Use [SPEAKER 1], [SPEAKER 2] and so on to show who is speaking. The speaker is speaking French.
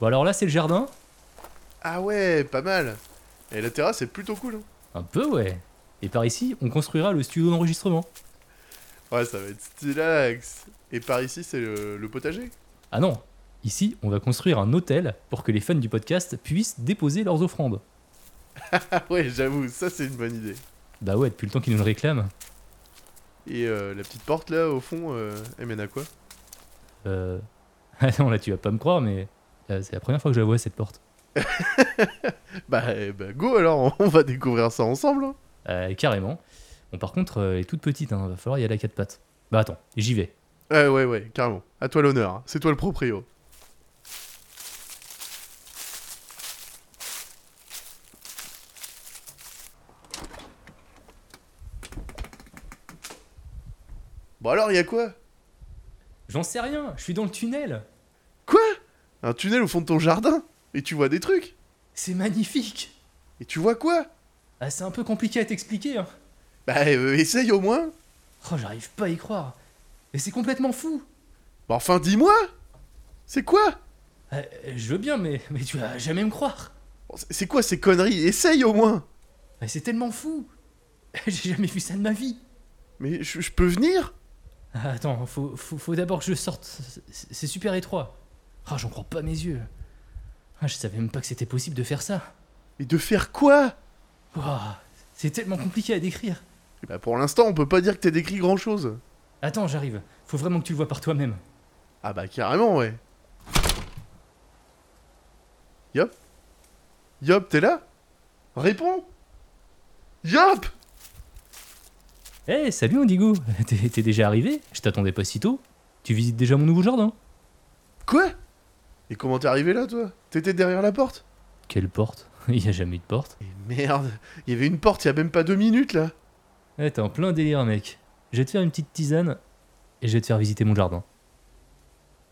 [SPEAKER 1] Bon, alors là, c'est le jardin.
[SPEAKER 2] Ah ouais, pas mal. Et la terrasse est plutôt cool. hein.
[SPEAKER 1] Un peu, ouais. Et par ici, on construira le studio d'enregistrement.
[SPEAKER 2] Ouais, ça va être stylax. Et par ici, c'est le, le potager.
[SPEAKER 1] Ah non, ici, on va construire un hôtel pour que les fans du podcast puissent déposer leurs offrandes.
[SPEAKER 2] Ah ouais, j'avoue, ça c'est une bonne idée.
[SPEAKER 1] Bah ouais, depuis le temps qu'ils nous le réclament.
[SPEAKER 2] Et euh, la petite porte là, au fond, euh, elle mène à quoi
[SPEAKER 1] Euh... Ah non, là, tu vas pas me croire, mais euh, c'est la première fois que je la vois, cette porte.
[SPEAKER 2] bah, eh bah, go alors, on va découvrir ça ensemble. hein.
[SPEAKER 1] Euh, carrément. Bon, par contre, euh, elle est toute petite, hein, va falloir y aller à quatre pattes. Bah attends, j'y vais.
[SPEAKER 2] Ouais, ouais, ouais, carrément. À toi l'honneur, hein. c'est toi le proprio. Bon alors, y a quoi
[SPEAKER 1] J'en sais rien, je suis dans le tunnel.
[SPEAKER 2] Quoi Un tunnel au fond de ton jardin Et tu vois des trucs
[SPEAKER 1] C'est magnifique.
[SPEAKER 2] Et tu vois quoi
[SPEAKER 1] Ah, c'est un peu compliqué à t'expliquer. hein.
[SPEAKER 2] Bah, euh, essaye au moins
[SPEAKER 1] Oh, j'arrive pas à y croire. Mais c'est complètement fou.
[SPEAKER 2] Bah, enfin, dis-moi C'est quoi
[SPEAKER 1] Euh, euh, je veux bien, mais, mais tu vas jamais me croire.
[SPEAKER 2] Bon, c'est- C'est quoi ces conneries Essaye au moins
[SPEAKER 1] Mais c'est tellement fou. J'ai jamais vu ça de ma vie.
[SPEAKER 2] Mais je je peux venir
[SPEAKER 1] Ah, Attends, faut, faut, faut d'abord que je sorte. C'est c'est super étroit. Ah, j'en crois pas mes yeux. Ah, je savais même pas que c'était possible de faire ça.
[SPEAKER 2] Et de faire quoi
[SPEAKER 1] Ouah, c'est tellement compliqué à décrire.
[SPEAKER 2] Eh Bah, pour l'instant, on peut pas dire que t'as décrit grand-chose.
[SPEAKER 1] Attends, j'arrive. Faut vraiment que tu le vois par toi-même.
[SPEAKER 2] Ah bah, carrément, ouais. Yop Yop, t'es là Réponds Yop
[SPEAKER 1] Eh, salut Indigo. T'es t'es déjà arrivé Je t'attendais pas si tôt. Tu visites déjà mon nouveau jardin
[SPEAKER 2] Quoi Et comment t'es arrivé là, toi T'étais derrière la porte
[SPEAKER 1] Quelle porte Il y a jamais eu de porte.
[SPEAKER 2] Et merde Il y avait une porte il y a même pas deux minutes, là
[SPEAKER 1] Eh, t'es en plein délire, mec. Je vais te faire une petite tisane et je vais te faire visiter mon jardin.